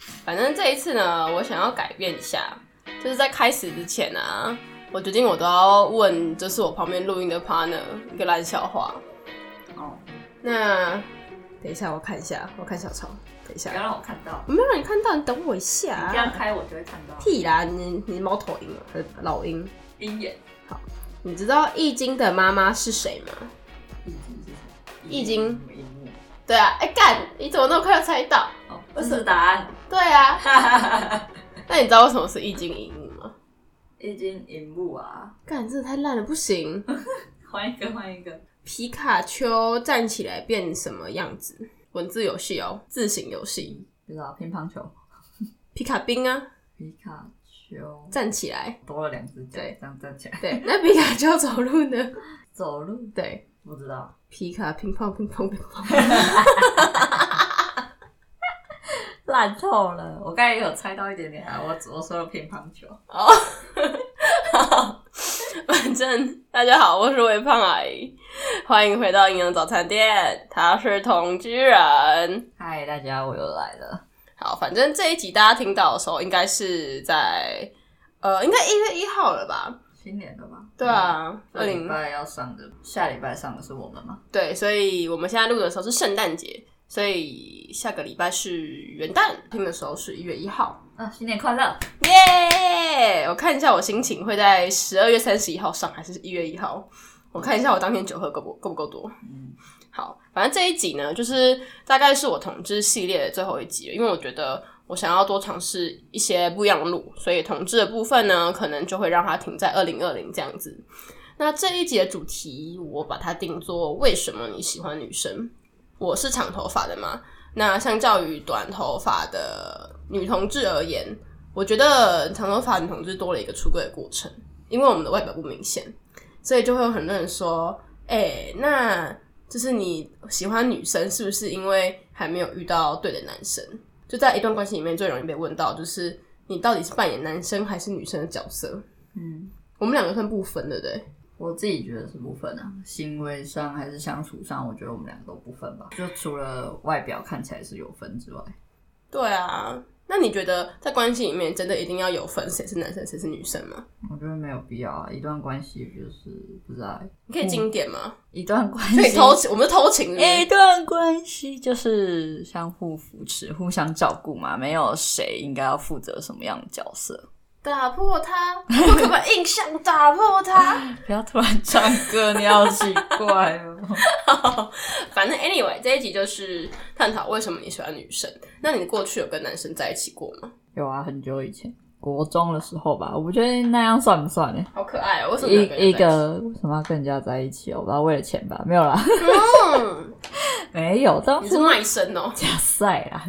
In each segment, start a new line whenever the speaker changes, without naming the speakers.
反正这一次呢，我想要改变一下，就是在开始之前啊，我决定我都要问，就是我旁边录音的 partner 一个烂笑话。
哦，
那等一下，我看一下，我看小超，等一下
不，要让我看到，
我没有让你看到，你等我一下
你
啊。
这样开我就会看到。
屁啦，你你猫头鹰啊，还是老鹰？
鹰眼，
你知道《易经》的妈妈是谁吗？
易经是什么？
易经
什么荧幕？
对啊，哎、干，你怎么那么快就猜到？
哦，这是答案。
对啊，
哈哈哈哈
那你知道为什么是《易经》赢吗？
易经荧幕啊，
干，真的太烂了，不行。
换一个，换一个。
皮卡丘站起来变什么样子？文字游戏哦，字形游戏。
不知道乒乓球，
皮卡兵啊，
皮卡丘
站起来。
多了两只脚
对，
这样站起来
对， 那皮卡丘走路呢？
走路，
对，
不知道。
皮卡乒乓乒乓乒乓。
烂透了！我刚才也有猜到一点点啊，我我说了乒乓球，
哦，好，反正大家好，我是微胖阿姨，欢迎回到营养早餐店，他是同居人。
嗨，大家，我又来了。
好，反正这一集大家听到的时候，应该是在呃，应该一月一号了吧？
新年了吗？
对，啊，二
这礼
零
拜要上的，下礼拜上的是我们吗？
对，所以我们现在录的时候是圣诞节，所以下个礼拜是元旦，听的时候是一月一号。
啊，新年快乐！
耶、我看一下我心情会在十二月三十一号上，还是一月一号？我看一下我当天酒喝够不够不够多。
嗯，
好，反正这一集呢，就是大概是我同志系列的最后一集了，因为我觉得我想要多尝试一些不一样的路，所以同志的部分呢，可能就会让它停在二零二零这样子。那这一集的主题，我把它定做“为什么你喜欢女生”。我是长头发的嘛，那相较于短头发的女同志而言，我觉得长头发女同志多了一个出柜的过程，因为我们的外表不明显，所以就会有很多人说：“哎、那就是你喜欢女生，是不是因为还没有遇到对的男生？就在一段关系里面，最容易被问到就是你到底是扮演男生还是女生的角色？
嗯，
我们两个算不分，对不对？
我自己觉得是不分啊，行为上还是相处上，我觉得我们两个都不分吧，就除了外表看起来是有分之外，
对啊。那你觉得在关系里面，真的一定要有分谁是男生谁是女生吗？
我觉得没有必要啊。一段关系就是不知道欸，
你可以经典吗？
一段关
可以
系
偷情，我们是偷情是不是
一段关系就是相互扶持、互相照顾嘛，没有谁应该要负责什么样的角色。
打破它，不刻板印象，打破它。
不要突然唱歌，你好奇怪哦。
反正 anyway，这一集就是探讨为什么你喜欢女生。那你过去有跟男生在一起过吗？
有啊，很久以前，国中的时候吧，我不确定那样算不算欸呢、
好可爱哦、为什么你有跟人
一一
在起
个为什么要跟人家在一起哦？我不知道为了钱吧？没有啦，
嗯，
没有。当
你是
初
卖身哦、
假赛啦，啊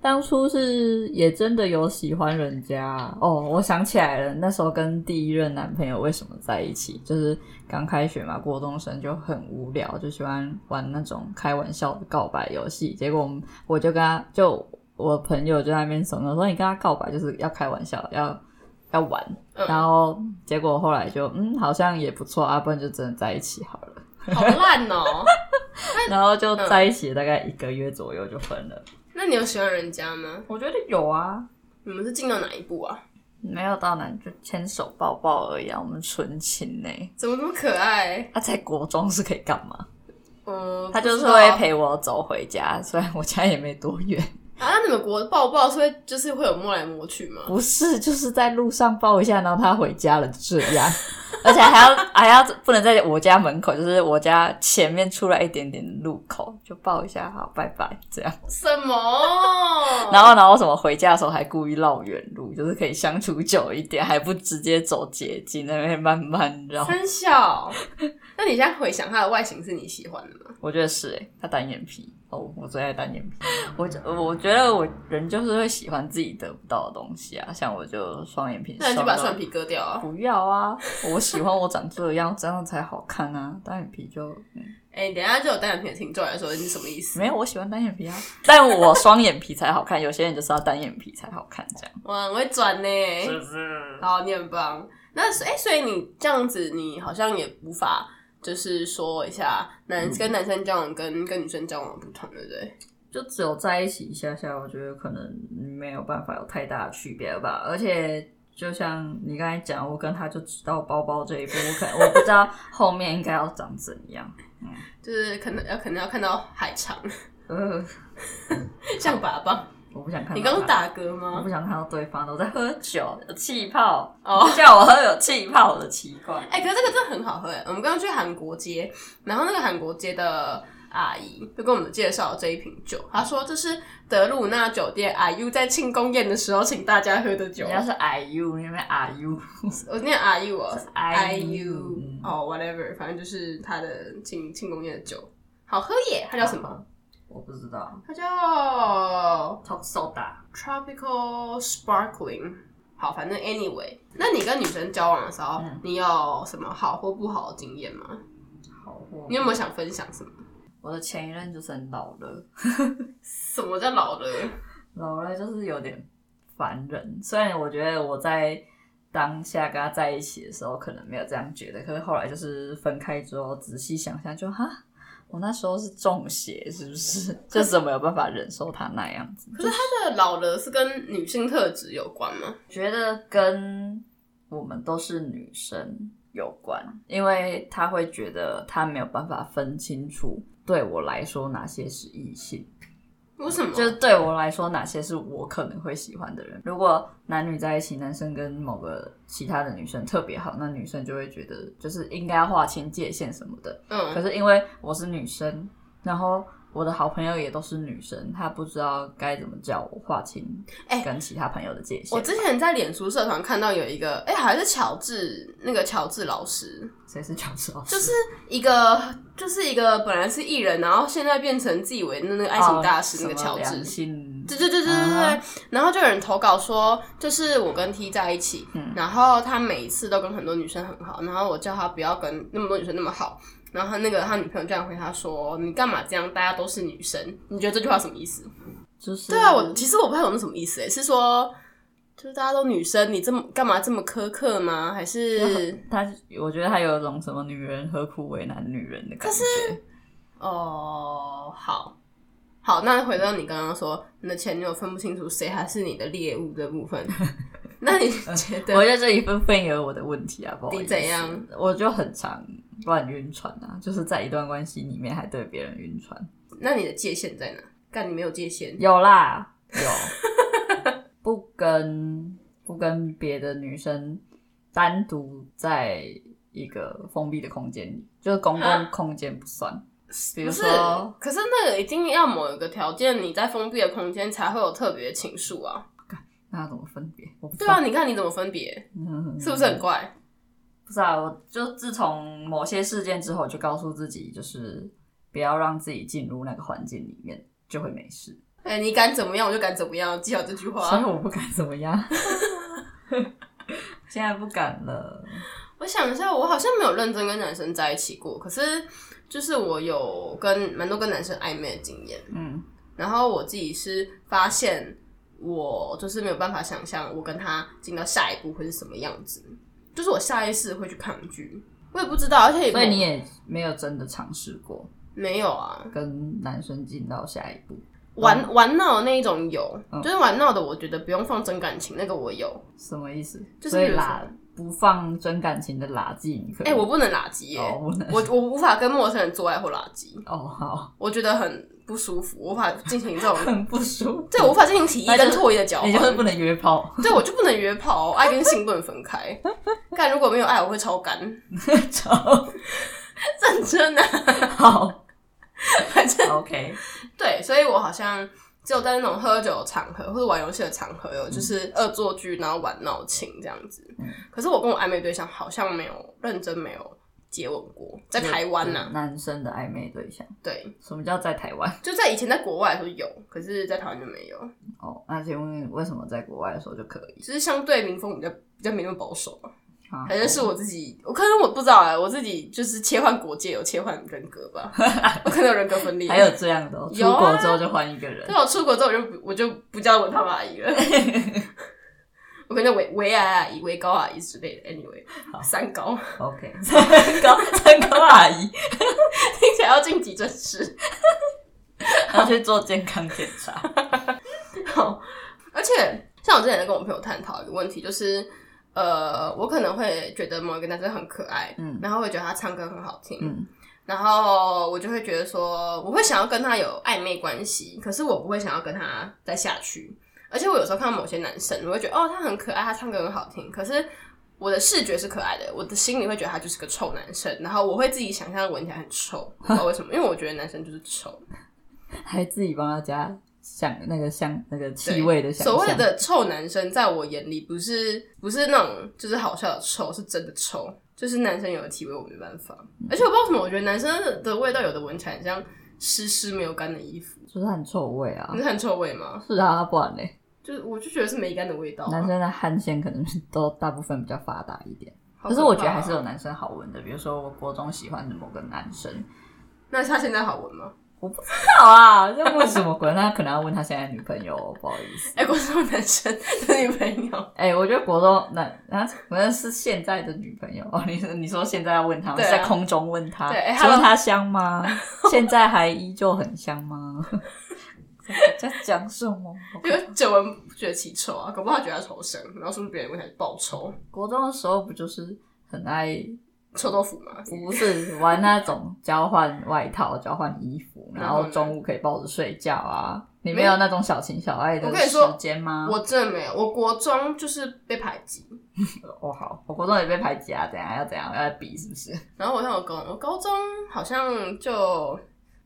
当初是也真的有喜欢人家哦。我想起来了，那时候跟第一任男朋友为什么在一起，就是刚开学嘛，国中生就很无聊，就喜欢玩那种开玩笑的告白游戏。结果我们我就跟他就我朋友就在那边怂恿说，你跟他告白就是要开玩笑，要要玩。然
嗯，
后结果后来就嗯，好像也不错啊，不然就真的在一起好了。
好烂哦、
然后就在一起大概一个月左右就分了。
那你有喜欢人家吗？
我觉得有啊，
你们是进到哪一步啊？
没有到哪，就牵手抱抱而已啊。我们纯情呢、
怎么那么可爱？
他、在国中是可以干嘛？
嗯，
他就
不
是
知道
会陪我走回家，虽然我家也没多远。
啊。那你们国抱抱是会就是会有摸来摸去吗？
不是，就是在路上抱一下，然后他回家了，就这样。 而且还要还要不能在我家门口，就是我家前面出来一点点的路口就抱一下，好，拜拜，这样。
什 么？
然后然后什么回家的时候还故意绕远路，就是可以相处久一点，还不直接走捷径，在那边慢慢绕。
三小，那你现在回想他的外形是你喜欢的吗？
我觉得是诶、欸他单眼皮哦，我最爱单眼皮。我觉我觉得我人就是会喜欢自己得不到的东西啊，像我就双眼皮，
那你就
双
把
到
双皮割掉啊！
不要啊！我喜欢我长这样，这样才好看啊。单眼皮就、嗯
哎、等一下就有单眼皮的听众来说，你是什么意思？
没有，我喜欢单眼皮啊，但我双眼皮才好看。有些人就是要单眼皮才好看，这样
哇，很会转呢、
不是？
好，你很棒。那所哎、所以你这样子，你好像也无法就是说一下男、跟男生交往跟跟女生交往的不同，对不对？
就只有在一起一下下，我觉得可能没有办法有太大的区别吧。而且就像你刚才讲，我跟他就只到包包这一步，我可能我不知 道后面应该要长怎样。
就是可能要可能要看到海肠，
呃，
像拔棒。
我不想看到他。
你刚刚打嗝
我
吗
不？想看到对方的，我在喝酒，有气泡，
哦
叫我喝有气泡的奇怪。
哎、可是这个真的很好喝哎！我们刚刚去韩国街，然后那个韩国街的阿姨就跟我们介绍这一瓶酒，她说这是德鲁纳酒店阿 U 在庆功宴的时候请大家喝的酒
人。家是 I U，你们 I U，
我念阿 U 啊 U
是 IU
哦、whatever，反正就是他的庆庆功宴的酒，好喝耶！它叫什
嗯
么？？
我不知道。
它叫
Top Soda，
Tropical Sparkling。好，反正 anyway，那你跟女生交往的时候，
嗯
你有什么好或不好的经验吗？
好货。
你有没有想分享什么？
我的前一任就是很老了，
什么叫老了？
老了就是有点烦人。虽然我觉得我在当下跟他在一起的时候可能没有这样觉得，可是后来就是分开之后仔细想想就，哈，我那时候是中邪是不是？ 就怎么有办法忍受他那样子？
他的老了是跟女性特质有关吗？
觉得跟我们都是女生有关，因为他会觉得他没有办法分清楚对我来说哪些是异性，
为什么？
就是对我来说哪些是我可能会喜欢的人。如果男女在一起，男生跟某个其他的女生特别好，那女生就会觉得就是应该要划清界限什么的。可
嗯，
是因为我是女生，然后。我的好朋友也都是女生，她不知道该怎么叫我划清
哎
跟其他朋友的界限。
我之前在脸书社团看到有一个，哎、好像是乔治那个乔治老师，
谁是乔治老师？
就是一个就是一个本来是艺人，然后现在变成自以为那个爱情大师那个
哦
乔治，
性
对对对对对对，
啊
然后就有人投稿说，就是我跟 T 在一起，
嗯
然后他每一次都跟很多女生很好，然后我叫他不要跟那么多女生那么好，然后他那个他女朋友这样回他说，你干嘛这样？大家都是女生，你觉得这句话什么意思？
就是
对啊，我其实我不太懂是什么意思、欸，是说就是大家都女生，你这么干嘛这么苛刻吗？还是
他，我觉得他有一种什么女人何苦为难女人的感觉。
哦好。好，那回到你刚刚说你的前女友分不清楚谁还是你的猎物这部 分，那你觉得
呃我觉得这一部分也有我的问题啊，不好意思
你怎样？
我就很常乱晕船啊，就是在一段关系里面还对别人晕船。
那你的界限在哪？干，你没有界限。
有啦，有 不跟不跟别的女生单独在一个封闭的空间里，就是公共空间 不算。比如
不是
说，
可是那个一定要某一个条件，你在封闭的空间才会有特别的情愫啊。
那要怎么分别？我不知
对
道
啊，你看你怎么分别，
嗯
是不是很怪？
不知道，我就自从某些事件之后，我就告诉自己，就是不要让自己进入那个环境里面，就会没事。
哎、你敢怎么样我就敢怎么样，记好这句
所以
话。啊
我不敢怎 么样，现在不敢了。
我想一下，我好像没有认真跟男生在一起过，可是就是我有跟蛮多跟男生暧昧的经验。
嗯，
然后我自己是发现，我就是没有办法想象我跟他进到下一步会是什么样子，就是我下意识会去抗拒，我也不知道，而且也
所以你
也
也嗯没有真的尝试过
没有啊，
跟男生进到下一步，
玩玩闹的那一种有，
嗯
就是玩闹的，我觉得不用放真感情，那个我有。
什么意思？
就是
所以
比如说
拉不放真感情的垃圾，你可以。
哎、我不能垃圾耶、
哦不能
我我无法跟陌生人做爱或垃圾，
哦好，
我觉得很不舒服，我无法进行这种，
很不舒服。
对我无法进行体液
那
跟
就
唾液的交
你就是
换。
不能约炮，
对，我就不能约炮、爱跟性不能分开。 但如果没有爱，我会超干，
超
认真啊。
好
反正
OK。
对，所以我好像只有在那种喝酒的场合或者玩游戏的场合，有就是恶作剧，然后玩闹情这样子。
嗯
可是我跟我暧昧对象好像没有认真没有接吻过，在台湾呐、
有男生的暧昧对象，
对，
什么叫在台湾？
就在以前在国外的时候有，可是在台湾就没有，
哦，那请问为什么在国外的时候就可以？
就是相对民风比较比较没那么保守啊，
啊
反正是我自己，我可能我不知道哎、我自己就是切换国界有切换人格 吧，我可能有人格分裂，
还有这样的、哦，出
有啊
国之后就换一个人
对，，我出国之后我就不我就不叫文涛阿姨了，我可能维维矮阿姨、维高阿姨之类的。Anyway，三高
OK，三高三高阿姨，
听起来要进急诊室。
要去做健康检查。
好，而且像我之前在跟我朋友探讨一个问题，就是呃，我可能会觉得某一个男生很可爱，
嗯
然后会觉得他唱歌很好听，
嗯
然后我就会觉得说，我会想要跟他有暧昧关系，可是我不会想要跟他再下去。而且我有时候看到某些男生，我会觉得哦，他很可爱，他唱歌很好听，可是我的视觉是可爱的，我的心里会觉得他就是个臭男生，然后我会自己想象闻起来很臭，不知道为什么，因为我觉得男生就是臭。
还自己帮他加香那个香那个
对
气味的想象。
所谓的臭男生，在我眼里不是不是那种就是好笑的臭，是真的臭。就是男生有的体味我没办法，
嗯
而且我不知道为什么，我觉得男生的味道有的闻起来很像湿湿没有干的衣服，
就是很臭味啊
你，是很臭味吗？
是啊，不然嘞，
就是我就觉得是梅干的味道啊、
男生的汗腺可能都大部分比较发达一点，
好
可
可
是我觉得还是
怕
有
啊。
男生好闻的，比如说我国中喜欢的某个男生，
那他现在好闻吗？
好啊，这问什么鬼？那可能要问他现在女朋友，不好意思。
哎、欸，我说男生 的女朋友，
哎、我觉得国中那那可能是现在的女朋友 哦。你你说现在要问他吗，
对啊
是在空中问他，
对哎
请问
hello
他香吗？ 现在还依旧很香吗？ 在讲什么？
就是久闻不觉得其臭啊，搞不好他觉得他臭生，然后是不是别人闻起来爆臭，
国中的时候不就是很爱，
臭豆腐吗？
不是玩那种交换外套、交换衣服，然
然后
后
呢
中午可以抱着睡觉啊？你
没
没
有
有那种小情小爱的
我跟你
时
说
间吗？
我真的没有，我国中就是被排挤，
哦好，我国中也被排挤啊，怎样要怎样要来比是不是？
然后我像我高我高中好像就，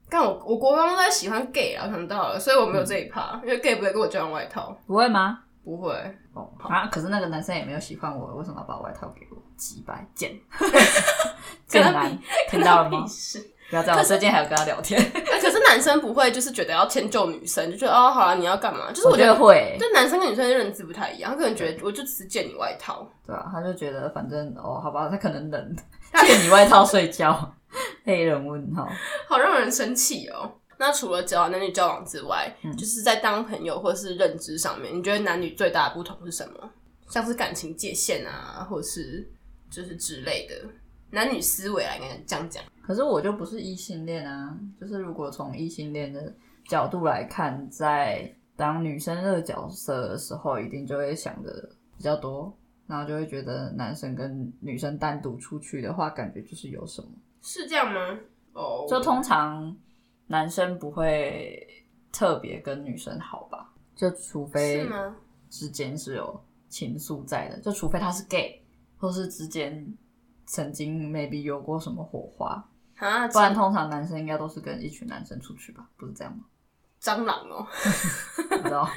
但我我国中都在喜欢 gay 啊，我想到了，所以我没
嗯
有这一趴，因为 gay 不会跟我交换外套，
不会吗？
不会。
哦，啊，可是那个男生也没有喜欢我，为什么要把外套给我？几百 件，
跟
贱
他
男
比，
听到了
跟他
吗
比？是
不要这样，我最近还有跟他聊天。
哎可是男生不会，就是觉得要迁就女生，就觉得哦，好了，你要干嘛？就是我
我
觉
觉
得
得会，
就男生跟女生的认知不太一样，他可能觉得我就只是借你外套，
对啊，他就觉得反正哦，好吧，他可能冷，借你外套睡觉。 黑人问号，
好让人生气哦。那除了交往男女交往之外，
嗯
就是在当朋友或是认知上面，你觉得男女最大的不同是什么？像是感情界限啊，或是就是之类的男女思维啊，应该这样讲。
可是我就不是异性恋啊，就是如果从异性恋的角度来看，在当女生这个角色的时候，一定就会想的比较多，然后就会觉得男生跟女生单独出去的话，感觉就是有什么。
是这样吗？哦，
就通常男生不会特别跟女生好吧？就除
是
非
吗？
之间是有情愫在的，就除非他是 gay，或是之间曾经 maybe 有过什么火花，
啊，
不然通常男生应该都是跟一群男生出去吧？不是这样吗？
蟑螂哦，
不知道，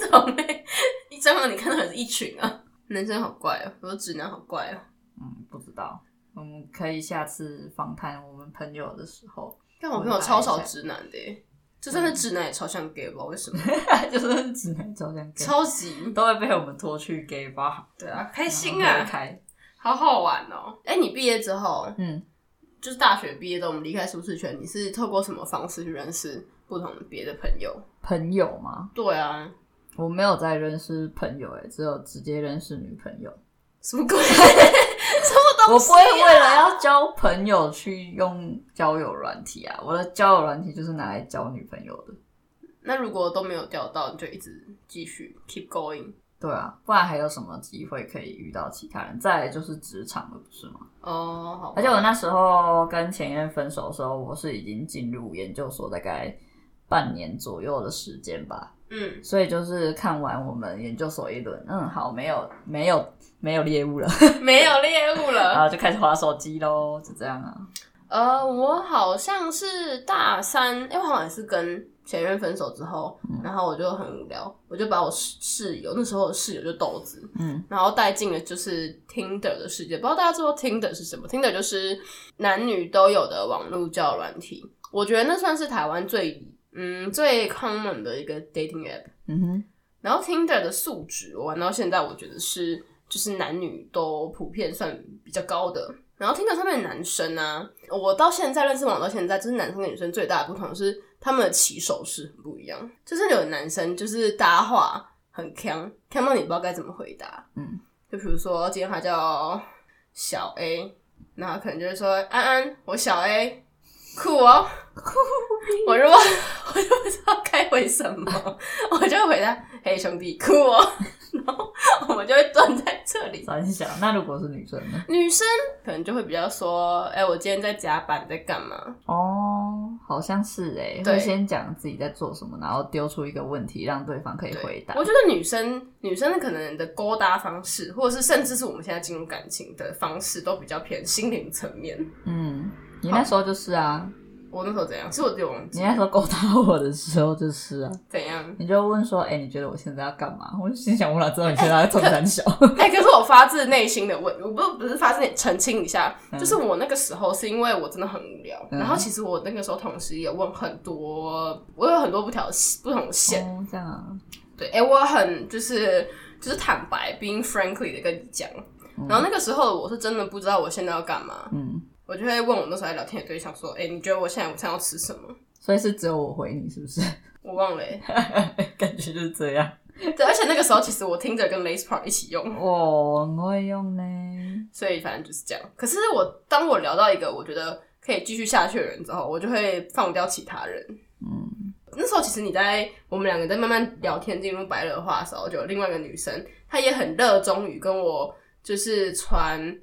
怎么会一蟑螂你看到也是一群啊？男生好怪哦，我说直男好怪哦。
嗯，不知道。我们可以下次访谈我们朋友的时候，
但我朋友超少直男的耶，就算是直男也超像 gay，不知道为什么，
就是只能照这样 gay，
超级
都会被我们拖去 gay 吧？
对啊，开
开
心啊！
开，
好好玩哦！哎、你毕业之后，
嗯，
就是大学毕业之后，我们离开舒适圈，你是透过什么方式去认识不同的别的朋友？
朋友吗？
对啊，
我没有再认识朋友、欸，只有直接认识女朋友。
什么鬼？什么
我
东
不
西、啊
会为了要交朋友去用交友软体啊，我的交友软体就是拿来交女朋友的。
那如果都没有钓到，你就一直继续 keep going
对啊，不然还有什么机会可以遇到其他人？再来就是职场了，不是吗？
哦。好吧，
而且我那时候跟前一任分手的时候，我是已经进入研究所大概半年左右的时间吧。
嗯，
所以就是看完我们研究所一轮，嗯，好，没有没有没有猎物了，
没有猎物了
然。后就开始划手机喽，就这样啊。
呃，我好像是大三，因为我好像也是跟前任分手之后，然后我就很无聊，我就把我室室友那时候的室友就豆子，
嗯，
然后带进了就是 Tinder 的世界。不知道大家知道 Tinder 是什么？Tinder 就是男女都有的网络交友软体，我觉得那算是台湾最嗯最 common 的一个 dating app。
嗯哼，
然后 Tinder 的素质，我玩到现在，我觉得是就是男女都普遍算比较高的。然后 Tinder 上面的男生啊，我到现在认识网到现在，就是男生跟女生最大的不同是他们的起手式很不一样，就是有的男生就是搭话很强，强到你不知道该怎么回答。
嗯，
就比如说今天他叫小 A，然后可能就是说安安，我小 A，酷哦，酷！我如果 我就不知道该回什么，我就会回他：“嘿，兄弟，酷哦。” 然后我们就会断在这里。
三小。那如果是女生呢？
女生可能就会比较说：“哎、我今天在加班，在干嘛
哦，好像是哎、欸，
对
会先讲自己在做什么，然后丢出一个问题，让对方可以？”回答
我。觉得女生女生可能的勾搭方式，或者是甚至是我们现在进入感情的方式，都比较偏心灵层面。
嗯，你那时候就是啊，
我那时候怎样？是我这种
你那时候勾搭我的时候就是啊，
怎样？
你就问说，哎、你觉得我现在要干嘛？我就心想，我哪知道你现在在冲三小？
哎、可是我发自内心的问，我不不是发自内澄清一下，就是我那个时候是因为我真的很无聊，
嗯
然后其实我那个时候同时也问很多，我有很多不条不同的线，
哦，这样啊，
对，哎、我很就是就是坦白，being frankly 的跟你讲，然后那个时候我是真的不知道我现在要干嘛，
嗯，
我就会问我那时候在聊天的对象说，哎、你觉得我现在午餐要吃什么？
所以是只有我回你，是不 是？
我忘了、欸，
感觉就是这样。
对，而且那个时候其实我听着跟 Lace Park 一起用，
哦，很会用呢。
所以反正就是这样。可是我当我聊到一个我觉得可以继续下去的人之后，我就会放掉其他人。
嗯，
那时候其实你在我们两个在慢慢聊天进入白热化的时候，就有另外一个女生，她也很热衷于跟我就是传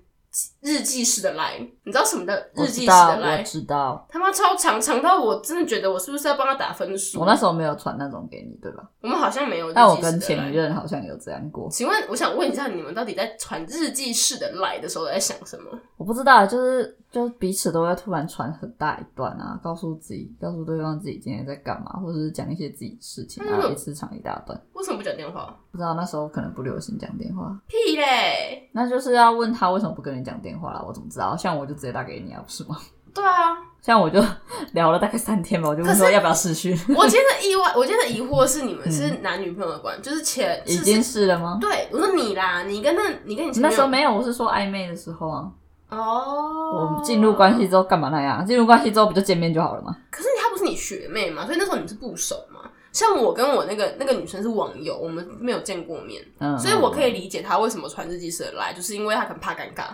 日记式的 line，你知道什么叫
我
日记
知
式
道，
的
我
line？
知道。
他妈超长，长到我真的觉得我是不是要帮她打分数？
我那时候没有传那种给你，对吧？
我们好像没有日记式的 line。
但我跟前一任好像有这样过。
请问，我想问一下，你们到底在传日记式的 line 的时候在想什么？
我不知道，就是就彼此都会突然传很大一段啊，告诉自己，告诉对方自己今天在干嘛，或者是讲一些自己的事情
但是
啊，
我
一次传一大段。
为什么不讲电话？
不知道那时候可能不流行讲电话，
屁嘞！
那就是要问他为什么不跟你讲电话啦。我怎么知道？像我就直接打给你啊，不是吗？
对啊，
像我就 聊了大概三天吧，我就问说要不要试训，
我今天的意外，我今天的疑惑是你们是男女朋友的关，就是前
嗯已
是
经
是
试了吗？
对我说你啦，你跟那你跟你前
那
面
时候没有，我是说暧昧的时候啊。
哦，
我们进入关系，之后干嘛那样？进入关系之后不就见面就好了吗？
可是她不是你学妹嘛，所以那时候你们是不熟嘛。像我跟我那个那个女生是网友，我们没有见过面，
嗯，
所以我可以理解她为什么传日记社来，就是因为她很怕尴尬。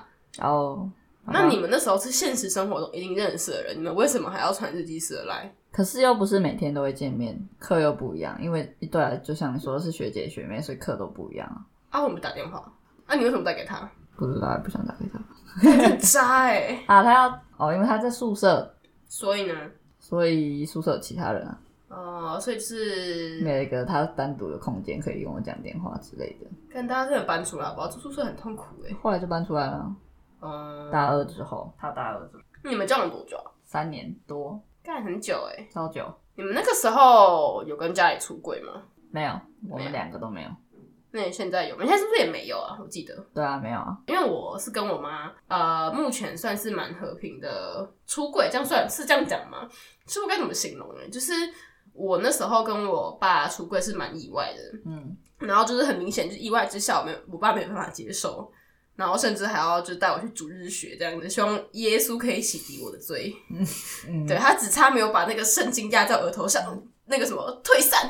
哦。好吧
那你们那时候是现实生活中已经认识的人，你们为什么还要传日记社来？
可是又不是每天都会见面，课又不一样，因为对啊，就像你说是学姐学妹，所以课都不一样啊。
啊，我们打电话，啊，你为什么打给她？
不知道，不想打给他
很渣哎、
啊。他要哦，因为他在宿舍，
所以呢，
所以宿舍有其他人啊，
哦、所以就是
没有一个他单独的空间可以跟我讲电话之类的。
看大家真的搬出来好不好？住宿舍很痛苦哎、
后来就搬出来了，
嗯，
大二之后，他大二之后
你们交往多久啊？
三年多，
干很久哎、
超久
你们那个时候有跟家里出柜吗？
没有，我
没有
们两个都没有。
那你现在有吗？你现在是不是也没有啊？我记得，
对啊，没有啊。
因为我是跟我妈，呃，目前算是蛮和平的出柜，这样算是这样讲吗？其实我该怎么形容呢？就是我那时候跟我爸出柜是蛮意外的，
嗯，
然后就是很明显，就是意外之下，我没有我爸没有办法接受，然后甚至还要就带我去主日学这样子，希望耶稣可以洗涤我的罪。
嗯
对他只差没有把那个圣经压在我额头上，那个什么退散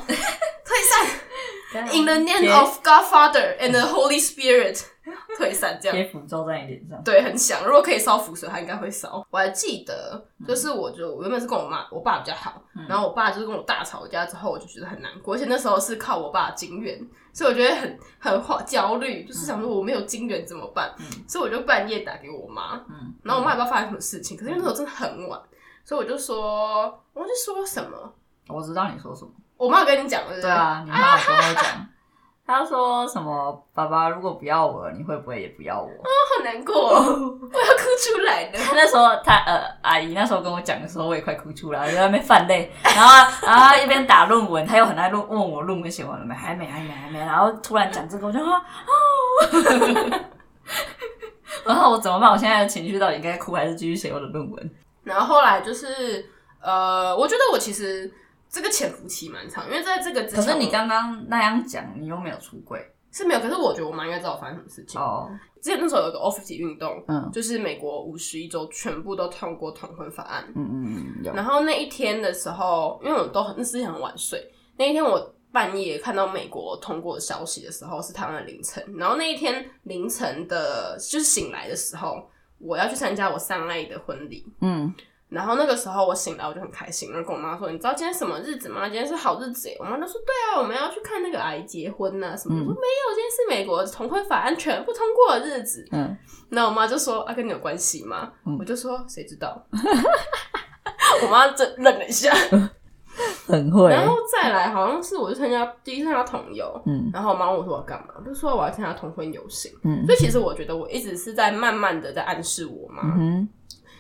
，In the name of Godfather and the Holy Spirit，退 散这样。
贴符咒在你脸上。
对，很想。如果可以烧符水，他应该会烧。我还记得，
嗯
就是我就我原本是跟我妈、我爸比较好，然后我爸就是跟我大吵架之后，我就觉得很难过，而且那时候是靠我爸的金元，所以我觉得很很慌焦虑，就是
嗯
想说我没有金元怎么办？所以我就半夜打给我妈，
嗯，
然后我妈也不知道发生什么事情，可是因为那时候真的很晚，所以我就说，我就说什么，
我知道你说什么。
我妈有跟你讲了，
对，啊，你妈有跟我讲，她说什么爸爸如果不要我了，你会不会也不要我？
我 好难过哦，我要哭出来了。
那时候她呃阿姨那时候跟我讲的时候，我也快哭出来，我就在那边泛泪。然后然后她一边打论文，她又很爱论问我论文写完了没，还没还没还没。然后突然讲这个，我就啊 哦。然后我怎么办？我现在的情绪到底应该哭还是继续写我的论文？
然后后来就是，呃，我觉得我其实这个潜伏期蛮长，因为在这个之
可
前
是你刚刚那样讲，你又没有出柜
是没有，可是我觉得我妈应该知道我发生什么事情。
哦，
之前那时候有一个 off 级运动，
嗯
就是美国五十一州全部都通过同婚法案，
嗯嗯嗯，有
然后那一天的时候，因为我都很那之前很晚睡，那一天我半夜看到美国通过的消息的时候是台湾的凌晨，然后那一天凌晨的，就是醒来的时候，我要去参加我三阿姨的婚礼，
嗯
然后那个时候我醒来，我就很开心，然后跟我妈说：“你知道今天什么日子吗？今天是好日子耶。”我妈就说：“对啊，我们要去看那个癌结婚呐、什么的。
嗯
我说：“没有，今天是美国同婚法案全部通过的日子。
嗯，”
那我妈就说：“啊，跟你有关系吗？”
嗯
我就说：“谁知道？” 我妈这愣了一下，
很会，
然后再来好像是我就参加第一次参加同游，
嗯
然后我妈问我说我要干嘛，我就说我要参加同婚游行。
嗯
所以其实我觉得我一直是在慢慢的在暗示我妈，
嗯哼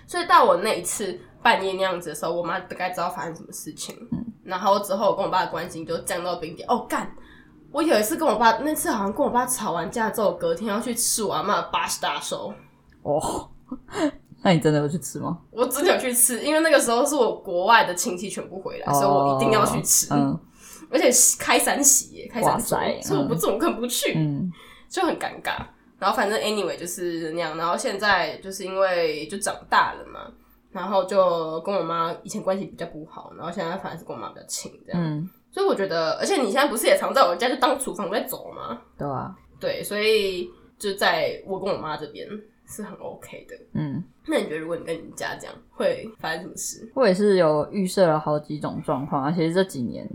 所以到我那一次半夜那样子的时候，我妈大概知道发生什么事情。
嗯
然后之后我跟我爸的关系就降到冰点。哦，干！我有一次跟我爸，那次好像跟我爸吵完架之后，隔天要去吃我阿妈的八十大寿。
哦， 那你真的有去吃吗？
我真的有去吃，因为那个时候是我国外的亲戚全部回来，所以我一定要去吃，
哦
而且是开三喜耶，开
哇
三桌
塞，
所以我不
嗯
中我根本不去。
嗯嗯
就很尴尬。然后反正 anyway 就是那样，然后现在就是因为就长大了嘛，然后就跟我妈以前关系比较不好，然后现在反而是跟我妈比较亲这样。
嗯，
所以我觉得，而且你现在不是也常在我家就当厨房在走吗？
对啊，
对，所以就在我跟我妈这边是很 OK 的。
嗯，
那你觉得如果你跟你家这样，会发生什么事？
我也是有预设了好几种状况，而且这几年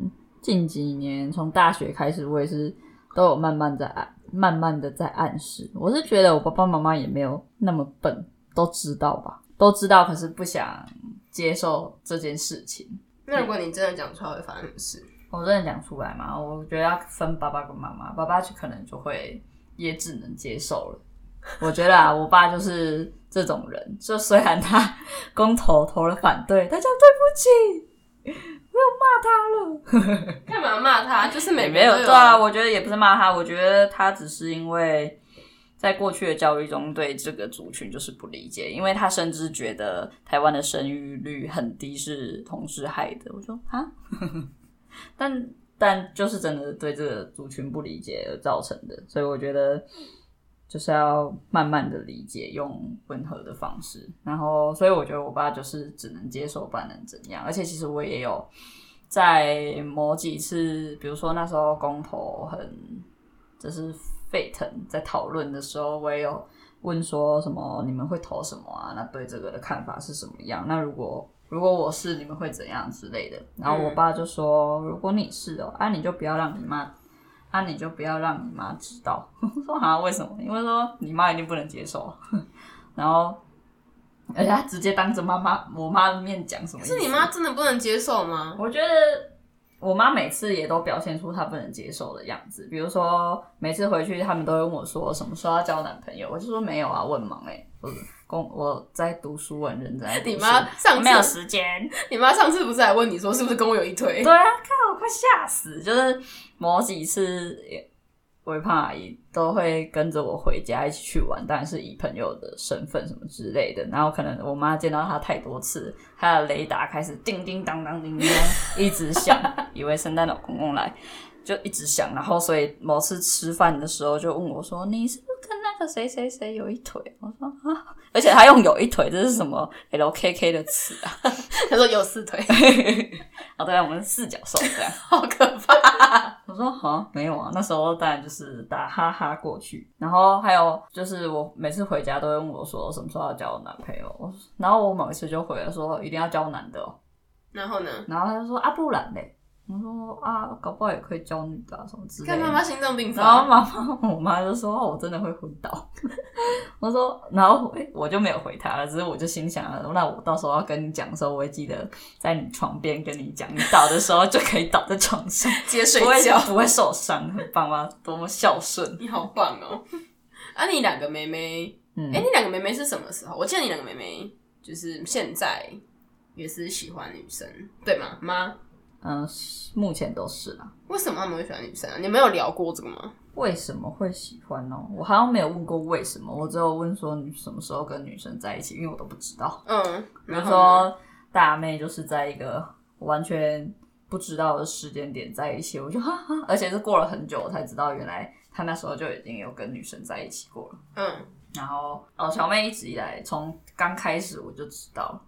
近几年从大学开始，我也是都有慢慢在暗慢慢的在暗示。我是觉得我爸爸妈妈也没有那么笨，都知道吧，都知道，可是不想接受这件事情。
那如果你真的讲出来，会发生什么事？
我真的讲出来嘛，我觉得要分爸爸跟妈妈，爸爸就可能就会也只能接受了。我觉得啊，我爸就是这种人，就虽然他公投投了反对，他叫对不起，
干嘛骂他？就是每
也
个
没
人
有
都
对啊，我觉得也不是骂他，我觉得他只是因为在过去的教育中对这个族群就是不理解，因为他甚至觉得台湾的生育率很低是同志害的。我说啊， 但但就是真的对这个族群不理解而造成的，所以我觉得就是要慢慢的理解，用温和的方式。然后，所以我觉得我爸就是只能接受，不然能怎样？而且其实我也有在某几次，比如说那时候公投很就是沸腾，在讨论的时候，我也有问说什么你们会投什么啊？那对这个的看法是什么样？那如果如果我是你们会怎样之类的？然
嗯
后我爸就说，如果你是哦，啊你就不要让你妈，啊你就不要让你妈知道。 我说啊为什么？因为说你妈一定不能接受。啊 然后而且他直接当着妈妈我妈的面讲什么意思？
是你妈真的不能接受吗？
我觉得我妈每次也都表现出她不能接受的样子，比如说每次回去，他们都会问我说什么时候要交男朋友，我就说没有啊，我很忙哎、欸，我公我在读书，我很认真在读书。
你妈上次
没有时间，
你妈上次不是还问你说是不是跟我有一腿？
对啊，看我快吓死！就是某几次，微胖阿姨都会跟着我回家一起去玩，当然是以朋友的身份什么之类的。然后可能我妈见到她太多次，她的雷达开始叮叮当当叮叮当，一直响，以为圣诞老公公来。就一直响，然后所以某次吃饭的时候就问我说：“你是不是跟那个谁谁谁有一腿？”我说：“啊！”而且他用“有一腿”这是什么 LKK 的词 啊？
她说有四腿，
哦，对啊，我们是四脚兽这样。
好可怕。
我说好，没有啊，那时候当然就是打哈哈过去。然后还有就是我每次回家都会问我说什么时候要交男朋友，我说然后我某一次就回了说一定要交男的、哦，
然后呢？
然后他就说啊不然嘞，我说啊搞不好也可以交女的、啊、什么之类
看
的
妈。妈心脏病
然后
发，
妈妈我妈就说哦我真的会昏倒， 我说然后诶我就没有回她了，只是我就心想那我到时候要跟你讲的时候，我会记得在你床边跟你讲，你倒的时候就可以倒在床上。
接睡
不会
觉，
不会受伤，很棒吗？ 多么孝顺。
你好棒哦。啊，你两个妹妹，
嗯，
哎、你两个妹妹是什么时候？我记得你两个妹妹就是现在也是喜欢女生，对吗？妈，
嗯、目前都是啦。
为什么他们会喜欢女生啊？你们有聊过这个吗？
为什么会喜欢呢、我好像没有问过为什么，我只有问说你什么时候跟女生在一起，因为我都不知道。
嗯，
比如
然后呢
说大妹就是在一个完全不知道的时间点在一起，我就哈哈，而且是过了很久我才知道，原来她那时候就已经有跟女生在一起过了。
嗯，
然后哦，小妹一直以来从刚开始我就知道了，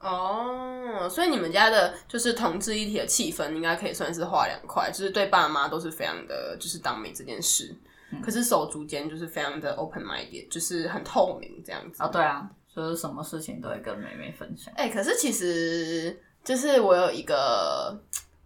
哦，所以你们家的就是同志一体的气氛，应该可以算是划两块，就是对爸妈都是非常的就是当媒这件
嗯
事。可是手足间就是非常的 open minded，就是很透明这样子。
哦，对啊，就是什么事情都会跟妹妹分享。
哎、可是其实就是我有一个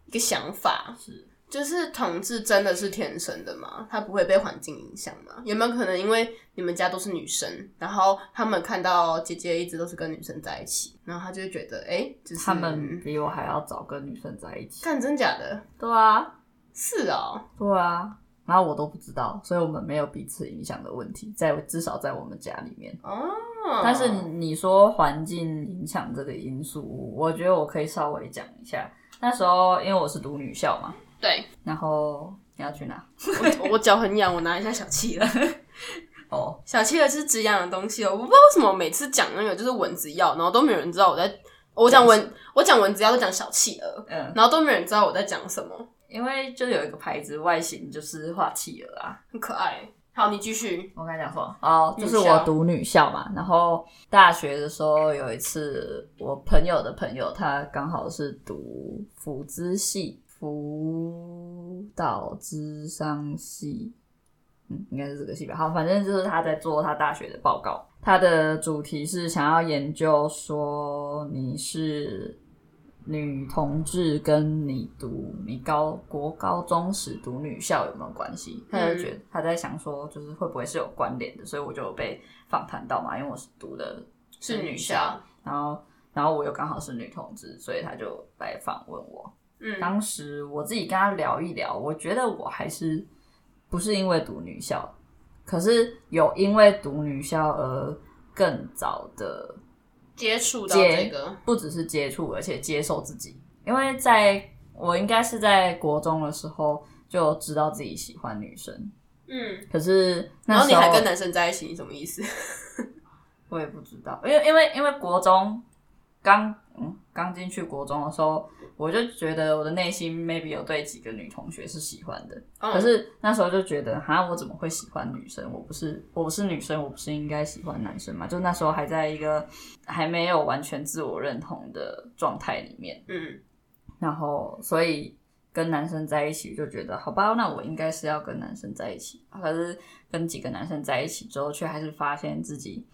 一个想法，
是，
就是同志真的是天生的吗？他不会被环境影响吗？有没有可能因为你们家都是女生，然后他们看到姐姐一直都是跟女生在一起，然后他就会觉得，哎、就是
他们比我还要早跟女生在一起。
看真假的，
对啊，
是哦，
对啊。然后我都不知道，所以我们没有彼此影响的问题，在至少在我们家里面。
哦，
但是
嗯
你说环境影响这个因素，我觉得我可以稍微讲一下。那时候因为我是读女校嘛，
对
然后你要去哪？
我我脚很痒，我拿一下小气了。
哦，
小企鹅是止痒的东西哦，我不知道为什么每次讲那个就是蚊子药，然后都没有人知道我在，我讲蚊，我讲蚊子药都讲小企鹅，
嗯，
然后都没有人知道我在讲什么，
因为就有一个牌子外形就是画企鹅啊，
很可爱。好，你继续。
我刚才讲错了哦，
女
就
校
是我读女校嘛，然后大学的时候有一次，我朋友的朋友他刚好是读辅资系、辅导智商系，嗯，应该是这个系吧。好，反正就是他在做他大学的报告，他的主题是想要研究说你是女同志跟你读你高国高中时读女校有没有关系？他就
嗯
觉得他在想说，就是会不会是有关联的，所以我就有被访谈到嘛，因为我是读的
是女校
校，然后然后我又刚好是女同志，所以他就来访问我。
嗯，
当时我自己跟他聊一聊，我觉得我还是不是因为读女校，可是有因为读女校而更早的
接触到这
接
个，
不只是接触，而且接受自己。因为在我应该是在国中的时候就知道自己喜欢女生，
嗯，
可是
然
那
后
时
你
候
还跟男生在一起，你什么意思？
我也不知道，因为因为因为国中刚嗯刚进去国中的时候，我就觉得我的内心 maybe 有对几个女同学是喜欢的。
嗯
可是那时候就觉得，哈，我怎么会喜欢女生？我不是，我不是女生，我不是应该喜欢男生嘛？就那时候还在一个还没有完全自我认同的状态里面，
嗯，
然后所以跟男生在一起就觉得，好吧，那我应该是要跟男生在一起。可是跟几个男生在一起之后，却还是发现自己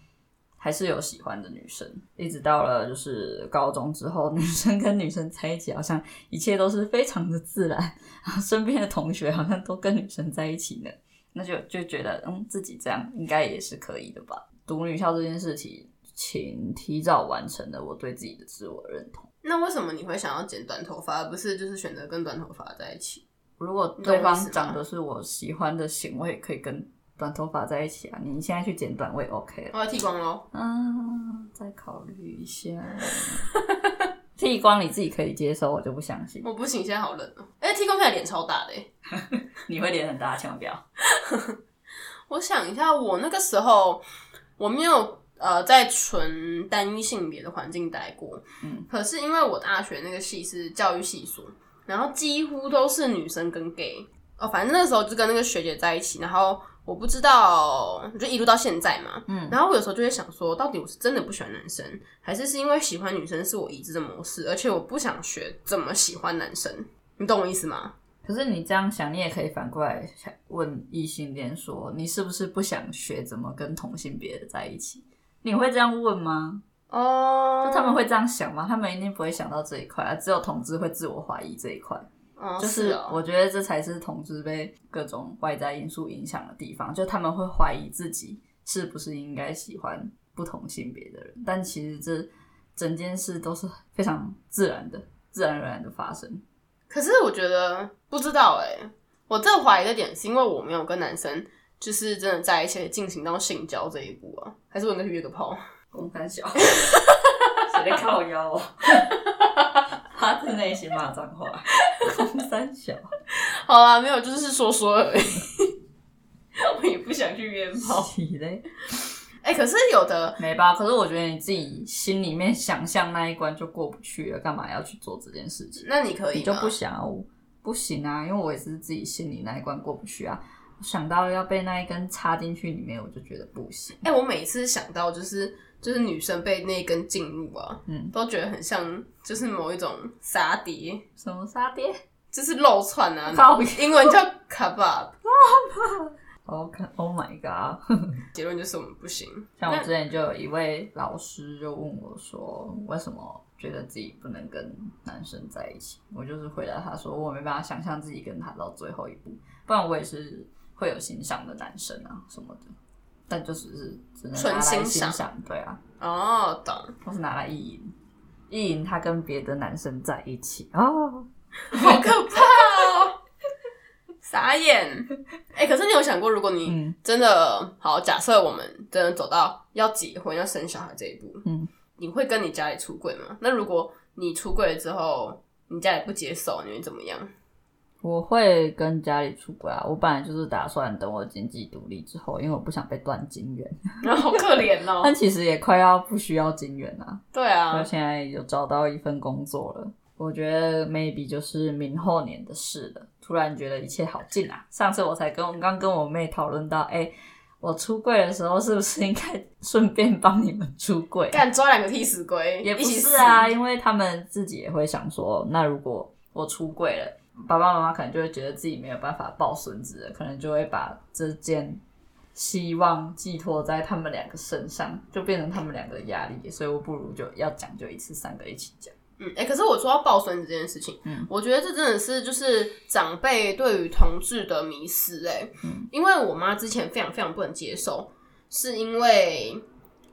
还是有喜欢的女生。一直到了就是高中之后，女 生跟女生在一起，好像一切都是非常的自然， 然后身边的同学好像都跟女生在一起呢，那就就觉得，嗯，自己这样应该也是可以的吧。读女校这件事情，请提早完成了我对自己的自我认同。
那为什么你会想要剪短头发，而不是就是选择跟短头发在一起？
如果对方长得是我喜欢的型，我也可以跟短头发在一起啊。你现在去剪短，我也 OK 了。
我要剃光喽。
嗯，再考虑一 下。剃光你自己可以接受，我就不相信。
我不行，现在好冷哦、哎、剃光看起来脸超大的、欸。
你会脸很大，千万不要。
我想一下，我那个时候我没有呃在纯单一性别的环境待过，
嗯，
可是因为我大学那个系是教育系所，然后几乎都是女生跟 gay，哦，反正那时候就跟那个学姐在一起，然后我不知道，就一路到现在嘛，
嗯
然后我有时候就会想说，到底我是真的不喜欢男生，还是是因为喜欢女生是我已知的模式，而且我不想学怎么喜欢男生，你懂我意思吗？
可是你这样想，你也可以反过来想问异性恋说，你是不是不想学怎么跟同性别的在一起？你会这样问吗？
哦
就他们会这样想吗？他们一定不会想到这一块啊，只有同志会自我怀疑这一块。
哦，
就是是
哦
我觉得这才是同志被各种外在因素影响的地方，就他们会怀疑自己是不是应该喜欢不同性别的人，但其实这整件事都是非常自然的，自然而然的发生。
可是我觉得不知道哎、我这怀疑的点是因为我没有跟男生就是真的在一起进行到性交这一步啊，还是我应该去约个炮？
公三小，谁在靠腰、哦？发自内心骂脏话，公三小。
好啦，没有，就是说说而已。 我也不想去约 炮。
你嘞？
哎、可是有的
没吧？可是我觉得你自己心里面想象那一关就过不去了，干嘛要去做这件事情？
那你可以
你就
吗
不想要，不行啊，因为我也是自己心里那一关过不去啊。我想到要被那一根插进去里面，我就觉得不行。
哎、我每次想到就是就是女生被那根进入啊，
嗯，
都觉得很像就是某一种杀敌，
什么沙爹？嗯
就是漏串啊，
靠
英文叫 kebab。
OK Oh my God！
结论就是我们不行。
像我
那
之前就有一位老师就问我说，为什么觉得自己不能跟男生在一起？我就是回答他说，我没办法想象自己跟他到最后一步，不然我也是会有欣赏的男生啊什么的，但就只是只能拿
纯
来
欣
欣
赏
赏，对啊，
哦，懂，
或是拿来意淫。意淫他跟别的男生在一起哦，
好可怕哦， 傻眼。哎、可是你有想过，如果你
嗯
真的好，假设我们真的走到要结婚、要生小孩这一步，
嗯，
你会跟你家里出柜吗？那如果你出柜了之后，你家里不接受，你会怎么样？
我会跟家里出轨啊，我本来就是打算等我经济独立之后，因为我不想被断金源。
然后好可怜
但
哦。
其实也快要不需要金源啊，
对
我
啊，
现在有找到一份工作了。我觉得 maybe 就是明后年的事了。突然觉得一切好近啊！上次我才跟我刚跟我妹讨论到，哎、我出柜的时候是不是应该顺便帮你们出柜、啊
干抓两个替死鬼，
也不
一起
是
死
啊，。因为他们自己也会想说，那如果我出柜了，爸爸妈妈可能就会觉得自己没有办法抱孙子了，可能就会把这件希望寄托在他们两个身上，就变成他们两个的压力。所以我不如就要讲，就一次三个一起讲。
嗯，哎、可是我说到抱孙子这件事情，
嗯
我觉得这真的是就是长辈对于同志的迷失、哎、
嗯
因为我妈之前非常非常不能接受，是因为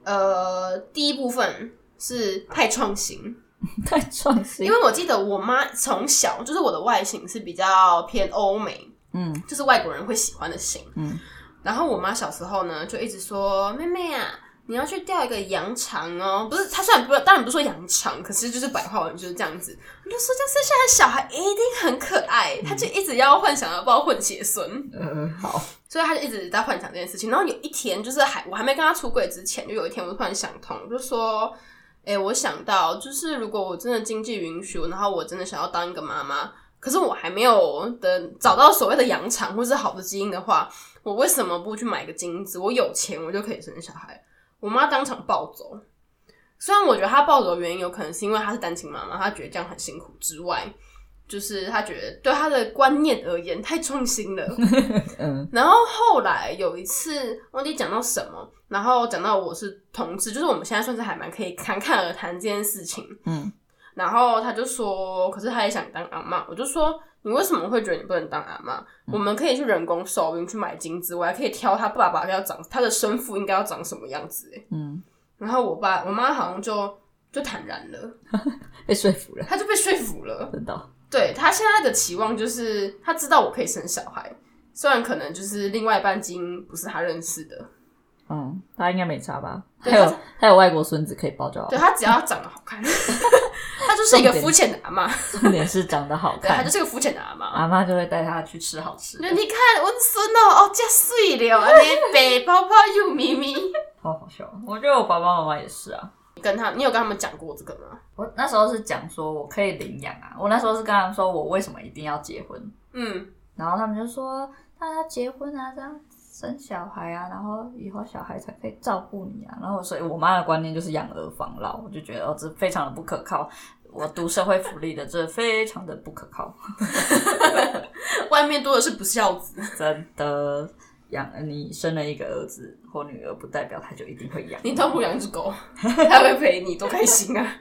呃，第一部分是太创新，
太创新，
因为我记得我妈从小就是我的外形是比较偏欧美，
嗯
就是外国人会喜欢的型。
嗯，
然后我妈小时候呢，就一直说：“妹妹啊，你要去钓一个羊肠哦。”不是，她虽然不当然不是说羊肠，可是就是白话文就是这样子。我就说，这生下来小孩一定很可爱，她就一直要幻想要抱混血孙。
呃，好，
所以他就一直在幻想这件事情。然后有一天，就是还我还没跟他出轨之前，就有一天我突然想通，我就说，哎、我想到就是如果我真的经济允许，然后我真的想要当一个妈妈，可是我还没有的找到所谓的养场或是好的基因的话，我为什么不去买个精子？我有钱，我就可以生小孩。我妈当场暴走。虽然我觉得她暴走的原因有可能是因为她是单亲妈妈，她觉得这样很辛苦之外，就是她觉得对她的观念而言太创新了。
嗯
然后后来有一次忘记讲到什么，然后讲到我是同志，就是我们现在算是还蛮可以侃侃而谈这件事情。
嗯
然后他就说，可是他也想当阿嬷，我就说，你为什么会觉得你不能当阿嬷？我们可以去人工受孕，去买精子，我还可以挑他爸爸要长，他的生父应该要长什么样子。欸
嗯，
然后我爸我妈好像就就坦然了，
被说服了，
他就被说服了。
真的哦，
对他现在的期望就是他知道我可以生小孩，虽然可能就是另外一半基因不是他认识的，
嗯，他应该没差吧？
对
还有
他
还有外国孙子可以抱就好
对，他只要长得好看， 他就是一个肤浅的阿妈，
重点是长得好
对他
看
就，是个肤浅的阿妈。
阿妈就会带他去吃好吃的
就。你看我的孙哦，哦，加碎了， 安尼白泡泡又咪咪。
好好笑。我觉得我爸爸妈妈也是啊。
你跟他，你有跟他们讲过这个吗？
我那时候是讲说我可以领养啊，我那时候是跟他们说我为什么一定要结婚，
嗯，
然后他们就说那要结婚啊，这样生小孩啊，然后以后小孩才可以照顾你啊。然后所以我妈的观念就是养儿防老，我就觉得哦这非常的不可靠。我读社会福利的，这非常的不可靠，
外面多的是不孝子，
真的。养你生了一个儿子或女儿，不代表他就一定会养。
你倒不如养一只 狗，它会陪你，多开心啊！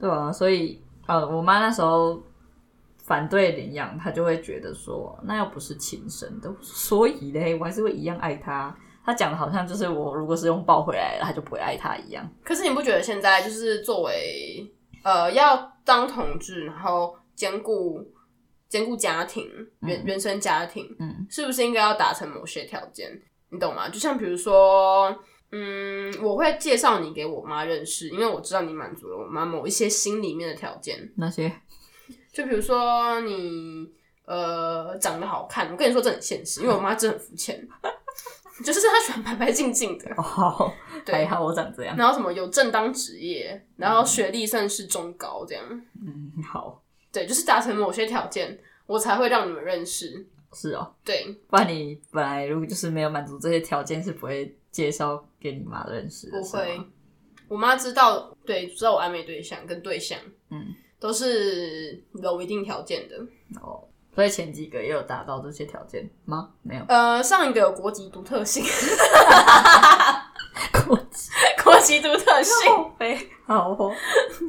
对啊，所以呃，我妈那时候反对领养，她就会觉得说，那又不是亲生的，所以嘞，我还是会一样爱她。她讲的好像就是我如果是用抱回来的，她就不会爱她一样。
可是你不觉得现在就是作为呃要当同志，然后兼顾兼顾家庭、原原生家庭，
嗯
是不是应该要达成某些条件？你懂吗？就像比如说，嗯，我会介绍你给我妈认识，因为我知道你满足了我妈某一些心里面的条件。
那些
就比如说你呃长得好看，我跟你说这很现实，因为我妈真的很肤浅， 就是她喜欢白白净净的，
哦，还
对。
好我长这样。
然后什么有正当职业，然后学历算是中高这样，
嗯，好，
对，就是达成某些条件，我才会让你们认识。
是哦，
对，
不然你本来如果就是没有满足这些条件，是不会介绍给你妈认识的。
不
是吗
会，我妈知道，对，知道我暧昧对象跟对象，
嗯，
都是有一定条件的。，
哦，所以前几个也有达到这些条件吗？没 有
呃，上一个有国籍独特性，
国籍
国籍独特性，
飞好 哦，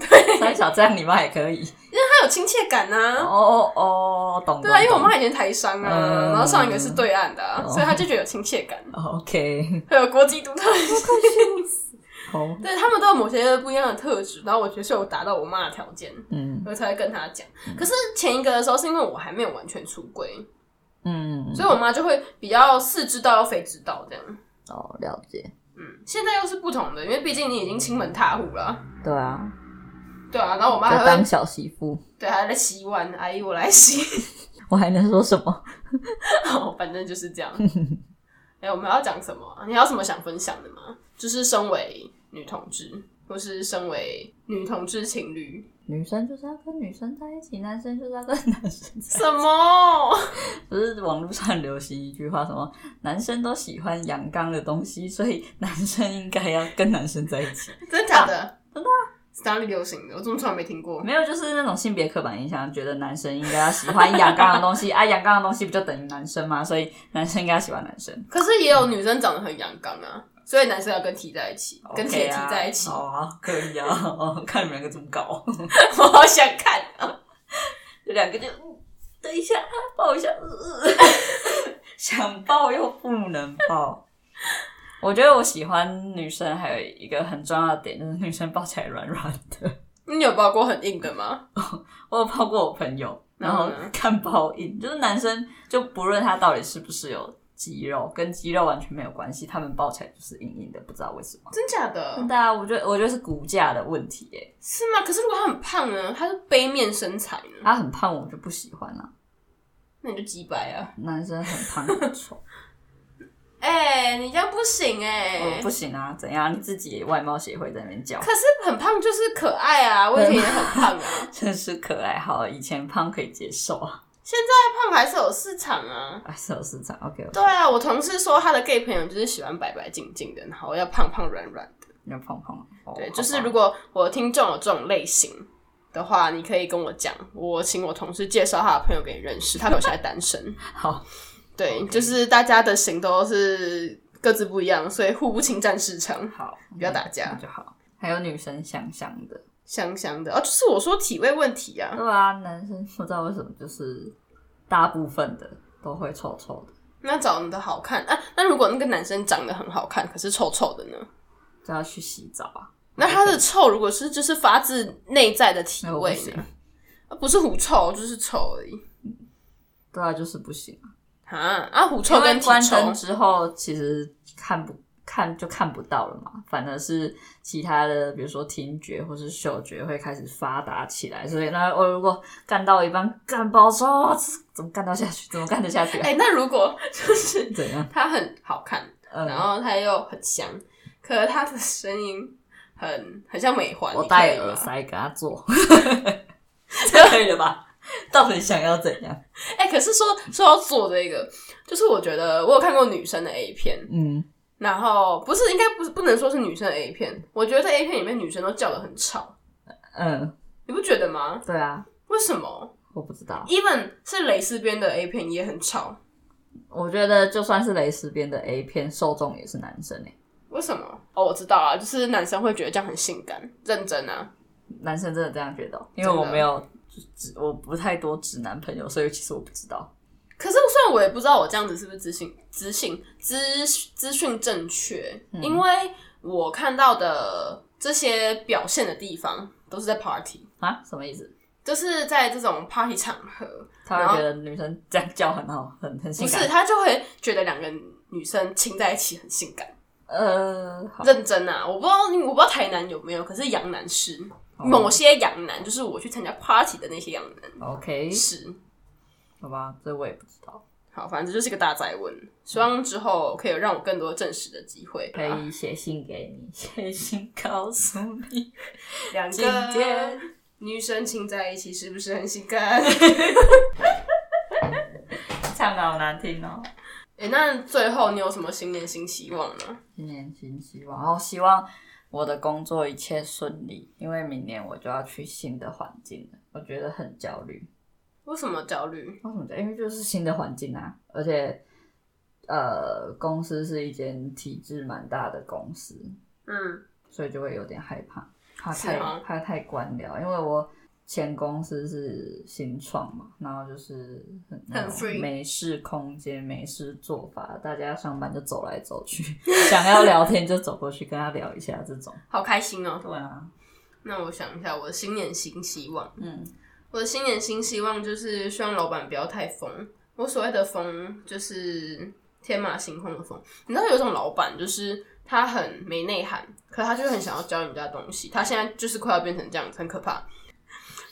对，三小这样你妈也可以。
它有亲切感啊。
哦哦哦，懂。
对啊，
懂
因为我
懂
妈以前台商啊，
嗯
然后上一个是对岸的、啊，
哦
所以她就觉得有亲切感，
OK，
会有国籍独特性。
哦好，
对他们都有某些不一样的特质，然后我觉得是有达到我妈的条件，
嗯
我才会跟她讲。可是前一个的时候是因为我还没有完全出柜，
嗯，
所以我妈就会比较是知道又非知道这样。
哦，了解。
嗯，现在又是不同的，因为毕竟你已经亲门踏户了。
对啊，
对啊，然后我妈
就
还
当
会
小媳妇，
对还在洗碗，阿姨我来洗，
我还能说什么？
哦反正就是这样。哎、我们要讲什么啊？你还有什么想分享的吗？就是身为女同志，或是身为女同志情侣，
女生就是要跟女生在一起，男生就是要跟男生在一起。
什么？
不是网络上流行一句话，什么男生都喜欢阳刚的东西，所以男生应该要跟男生在一起。
真假的？真的、啊是哪里流行的？我怎么从来没听过？
没有，就是那种性别刻板印象，觉得男生应该要喜欢阳刚的东西 啊，阳刚的东西不就等于男生吗？所以男生应该要喜欢男生，
可是也有女生长得很阳刚啊，所以男生要跟 T 在一起，跟铁
OK
蹄
啊
在一起。
好啊，可以啊， 哦，看你们两个怎么搞，
我好想看啊！
就两个就、嗯等一下抱一下，呃呃 想抱又不能抱。我觉得我喜欢女生还有一个很重要的点，就是女生抱起来软软的。
你有抱过很硬的吗？
我有泡过我朋友，
然
然
后
后
呢
看泡印，就是男生就不论他到底是不是有肌肉，跟肌肉完全没有关系，他们抱起来就是硬硬的，不知道为什么。
真假的？
真的啊，我觉得我觉得是骨架的问题耶、
是吗？可是如果他很胖呢？他是杯面身材呢？
他很胖，我就不喜欢啊。
那你就鸡掰啊！
男生很胖很丑，
哎、你这样不行 哎、
我不行啊，怎样？你自己外貌协会在那边叫，
可是很胖就是可爱啊，我以前也很胖 啊，
真是可爱。好，以前胖可以接受啊，
太胖还是有市场啊。
啊，是有市场。OK，
对啊，我同事说他的 gay 朋友就是喜欢白白净净的，然后要胖胖软软。
要胖胖。哦
对，
好吧
就是如果我听众有这种类型的话，你可以跟我讲，我请我同事介绍他的朋友给你认识，他朋友现在单 身。
好，
对就是大家的型都是各自不一样，所以互不侵占市场，
好，
不要打架
那就好。还有女生香香的，
香香的。哦，就是我说体味问题啊，
对啊，男生不知道为什么就是大部分的都会臭臭的，
那长得好看啊，那如果那个男生长得很好看，可是臭臭的呢？
就要去洗澡啊。
那他的臭如果是就是发自内在的体
那我不
味
行
呢，？啊不是狐臭就是臭而已
对啊，就是不行。
啊啊，狐臭
因为
跟体
关
臭
灯之后，其实看不看就看不到了嘛，反而是其他的，比如说听觉或是嗅觉会开始发达起来。所以那我如果干到一半干爆臭，怎么干到下去？怎么干得下去、啊？
哎、那如果 就是
怎样？
他很好看，然
嗯，
后他又很香，可是他的声音很很像美环，
我
你可
戴
以
耳
吗。
塞给他做， 这可以了吧？到底想要怎样？
哎、可是说说到做这个，就是我觉得我有看过女生的 A 片，
嗯。
然后不是应该不是不能说是女生的 A 片，我觉得在 A 片里面女生都叫的很吵，
嗯，
你不觉得吗？
对啊，
为什么
我不知道。
？even 是蕾丝边的 A 片也很吵，
我觉得就算是蕾丝边的 A 片，受众也是男生欸诶、
为什么？哦，我知道啊，就是男生会觉得这样很性感，认真啊。
男生真的这样觉得哦，因为
真的
我没有直，我不太多直男朋友，所以其实我不知道。
可是虽然我也不知道我这样子是不是资讯资讯资资讯正确，
嗯
因为我看到的这些表现的地方都是在 party，
啊，什么意思？
就是在这种 party 场合，
他会觉得女生这样叫很好，很
不
很性
是
感。
他就会觉得两个女生亲在一起很性感，
呃，好，
认真啊！我不知道我不知道台南有没有，可是洋南是
哦
某些洋南，就是我去参加 party 的那些洋南
OK，
是。
好吧，这我也不知道，
好，反正这就是个大宅问，希望之后可以有让我更多证实的机会。
可以写信给你， 写信告诉你。
两
今
个
天
女生亲在一起是不是很性 感？
唱的好难听哦。
哎、那最后你有什么新年新希望吗？
新年新希望，然后希望我的工作一切顺利，因为明年我就要去新的环境了，我觉得很焦虑。
为什么焦虑？
为什么叫？因为就是新的环境啊，而且呃，公司是一间体制蛮大的公司，
嗯，
所以就会有点害怕，怕
是啊
太
吗
怕太官僚。因为我前公司是新创嘛，然后就是很那种
free
美式空间、美式做法，大家上班就走来走去， 想要聊天就走过去跟他聊一下这种。
好开心哦。
对啊，
那我想一下，我的新年新希望，
嗯，
我的新年新希望就是希望老板不要太疯。我所谓的疯，就是天马行空的疯。你知道有一种老板，就是他很没内涵，可他就是很想要教你家东西。他现在就是快要变成这样子，很可怕。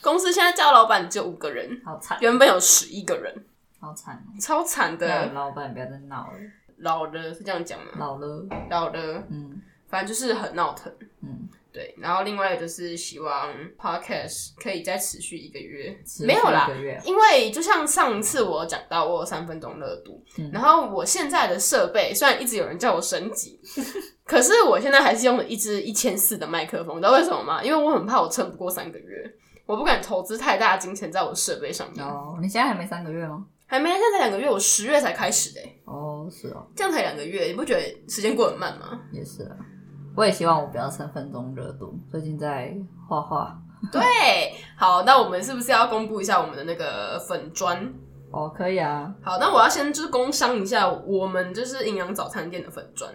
公司现在叫老板只有五个人，
好惨，
原本有十一个人，
好惨。哦
超惨
那
的。
老板不要再闹了，
老了是这样讲吗？
老了，
老了，
嗯
反正就是很闹腾。
嗯，
对，然后另外就是希望 podcast 可以再持续一个月，
持续
没有啦
一，个月，
因为就像上次我有讲到，我有三分钟热度，
嗯
然后我现在的设备虽然一直有人叫我升 级，可是我现在还是用了一支一千四的麦克风，你知道为什么吗？因为我很怕我撑不过三个月，我不敢投资太大金钱在我的设备上面。
哦，你现在还没三个月吗？
还没，现在才两个月，我十月才开始的、欸
哦，是哦，
这样才两个月，你不觉得时间过得很慢吗？
也是啊。我也希望我不要三分钟热度。最近在画画，
对，好，那我们是不是要公布一下我们的那个粉砖？
哦，可以啊，
好，那我要先就是工商一下我们就是营养早餐店的粉砖，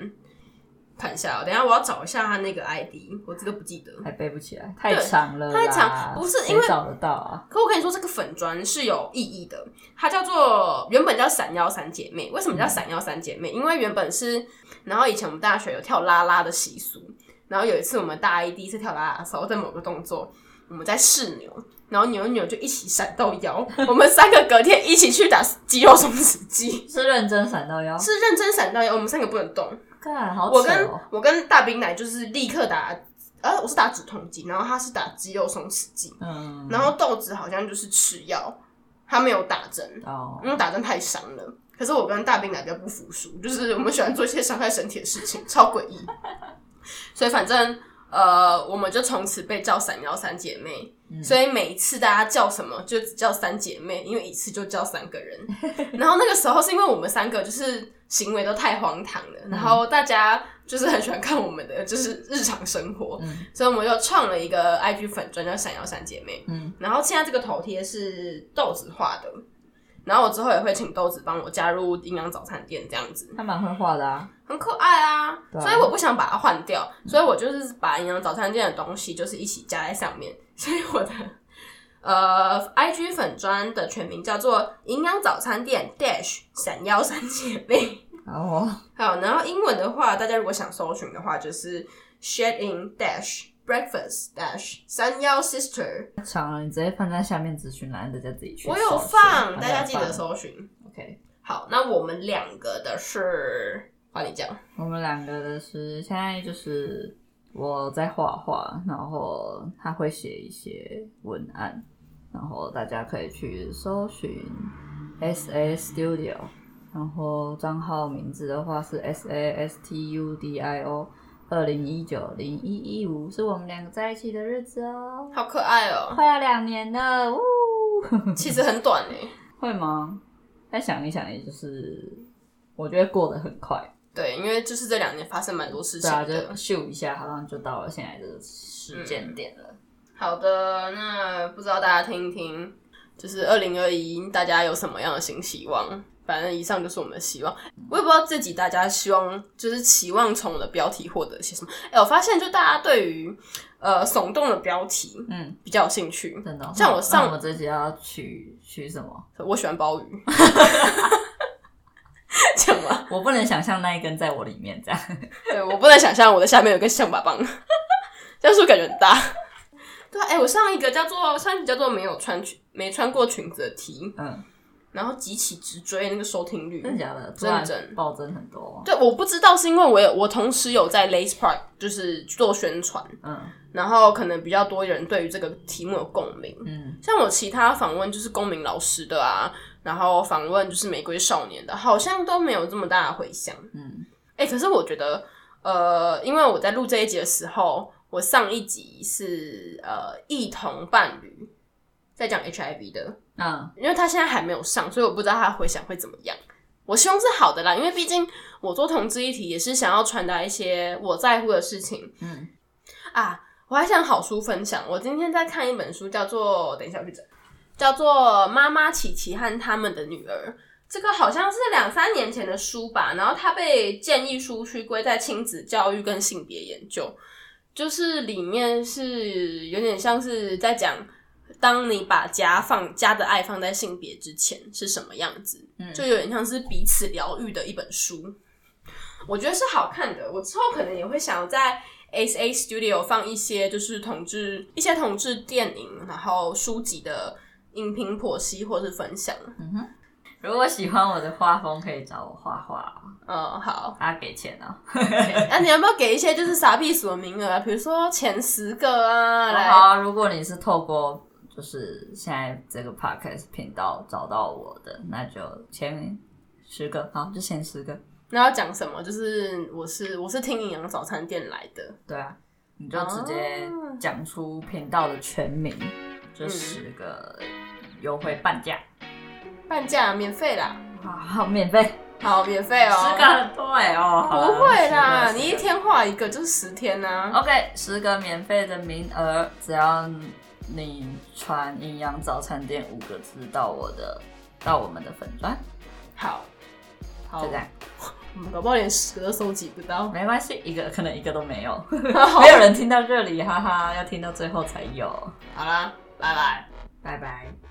看一下、哦，等一下我要找一下他那个 ID，我自己都不记得。
还背不起来，太长了啦，
太长不是因为
谁找得到啊。
可我跟你说，这个粉砖是有意义的，它叫做原本叫闪耀三姐妹。为什
嗯
么叫闪耀三姐妹？因为原本是，然后以前我们大学有跳啦啦的习俗，然后有一次我们大一第一次跳啦啦的时候，在某个动作，我们在试扭，然后扭一扭就一起闪到腰，我们三个隔天一起去打肌肉松弛 肌，
是认真闪到腰，
是认真闪到腰，我们三个不能动。
干好
我
扯
跟
哦。
我跟大兵奶就是立刻打，呃，我是打止痛剂，然后他是打肌肉松弛剂，
嗯，
然后豆子好像就是吃药，他没有打针，
哦，
因为打针太伤了。可是我跟大兵奶比较不服输，就是我们喜欢做一些伤害身体的事情，超诡异。所以反正呃，我们就从此被叫“闪耀三姐妹”
嗯
所以每一次大家叫什么，就只叫三姐妹，因为一次就叫三个 人。然后那个时候是因为我们三个就是行为都太荒唐了，
嗯
然后大家就是很喜欢看我们的就是日常生活，
嗯
所以我们又创了一个 IG 粉专叫“闪耀三姐妹”。
嗯，
然后现在这个头贴是豆子画的。然后我之后也会请豆子帮我加入营养早餐店这样子，
他蛮会画的啊。
很可爱啊，
对啊
所以我不想把它换掉，所以我就是把营养早餐店的东西就是一起加在上面， 所以我的呃，IG 粉砖的全名叫做营养早餐店 dash 闪耀三姐妹。
然后
好，然后英文的话，大家如果想搜寻的话，就是 shed in dash breakfast dash 三幺 sister，
长了，你直接放在下面资讯栏，大家自己去搜
我
寻。
有放，
放
大家记得。搜寻。
OK，
好，那我们两个的是，换你讲，
我们两个的是现在就是我在画画，然后他会写一些文案，然后大家可以去搜寻 S A Studio，然后账号名字的话是 S A S T U D I O。二零一九零一一五是我们两个在一起的日子哦，
好可爱哦、
快要两年了，呜！
其实很短欸诶、
会吗？再想一想，也就是我觉得过得很快，
对，因为就是这两年发生蛮多事
对
情
啊，
的
就。咻一下，好像就到了现在的时间点了。
好的，那不知道大家听一听，就是二零二一大家有什么样的新希望？反正以上就是我们的希望。我也不知道自己大家希望就是期望从我的标题获得些什么。哎、我发现就大家对于呃耸动的标题
嗯，
比较有兴趣。
真的哦。
像我
那
上
那我们这集要取取什么？
我喜欢鲍鱼， 讲完。
我不能想象那一根在我里面这样。
对我不能想象我的下面有根象拔棒，这样是不是感觉很大？ 对啊，哎、我上一个叫做上一集叫做没有穿裙没穿过裙子的题，
嗯，
然后急起直追那个收听率，
真的假的？突
真
然
真
暴增很多哦。
对，我不知道是因为我有我同时有在 Lace Park 就是做宣传，
嗯
然后可能比较多人对于这个题目有共鸣。
嗯
像我其他访问就是公民老师的啊，然后访问就是玫瑰少年的，好像都没有这么大的回响。
嗯
哎、可是我觉得，呃，因为我在录这一集的时候，我上一集是呃异同伴侣在讲 HIV 的，
嗯，
因为他现在还没有上，所以我不知道他回想会怎么样。我希望是好的啦，因为毕竟我做同志议题也是想要传达一些我在乎的事情。
嗯
啊，我还想好书分享。我今天在看一本书，叫做等一下我去找，叫做《妈妈琪琪和他们的女儿》。这个好像是两三年前的书吧，然后它被建议书区归在亲子教育跟性别研究，就是里面是有点像是在讲，当你把家放家的爱放在性别之前是什么样子，
嗯
就有点像是彼此疗愈的一本书。我觉得是好看的，我之后可能也会想要在 S A Studio 放一些就是同志一些同志电影，然后书籍的影评剖析或是分享。
如果喜欢我的画风，可以找我画画哦，
嗯，好。
大家给钱哦。
那、你要不要给一些就是傻逼数的名额啊？比如说前十个啊，来。
好，如果你是透过就是现在这个 podcast 频道找到我的，那就前十个，好，就前十个。
那要讲什么？就是我是我是听营养早餐店来的，
对啊，你就直接
哦
讲出频道的全名，这十个优惠半价，
半价免费啦，
好好免费，
好免费嗯哦、
十个很多哎哦，好啦
不会啦，
十个
你
十
一
个
天画一个就是十天啊呐、
OK，十个免费的名额，只要你传“营养早餐店”五个字到我的到我们的粉砖，
好，好，
就这样，
我们搞不好连十个都收集不 到，
没关系，一个可能一个都没有，
好
没有人听到这里，哈哈，要听到最后才有，
啦，拜拜。
拜拜。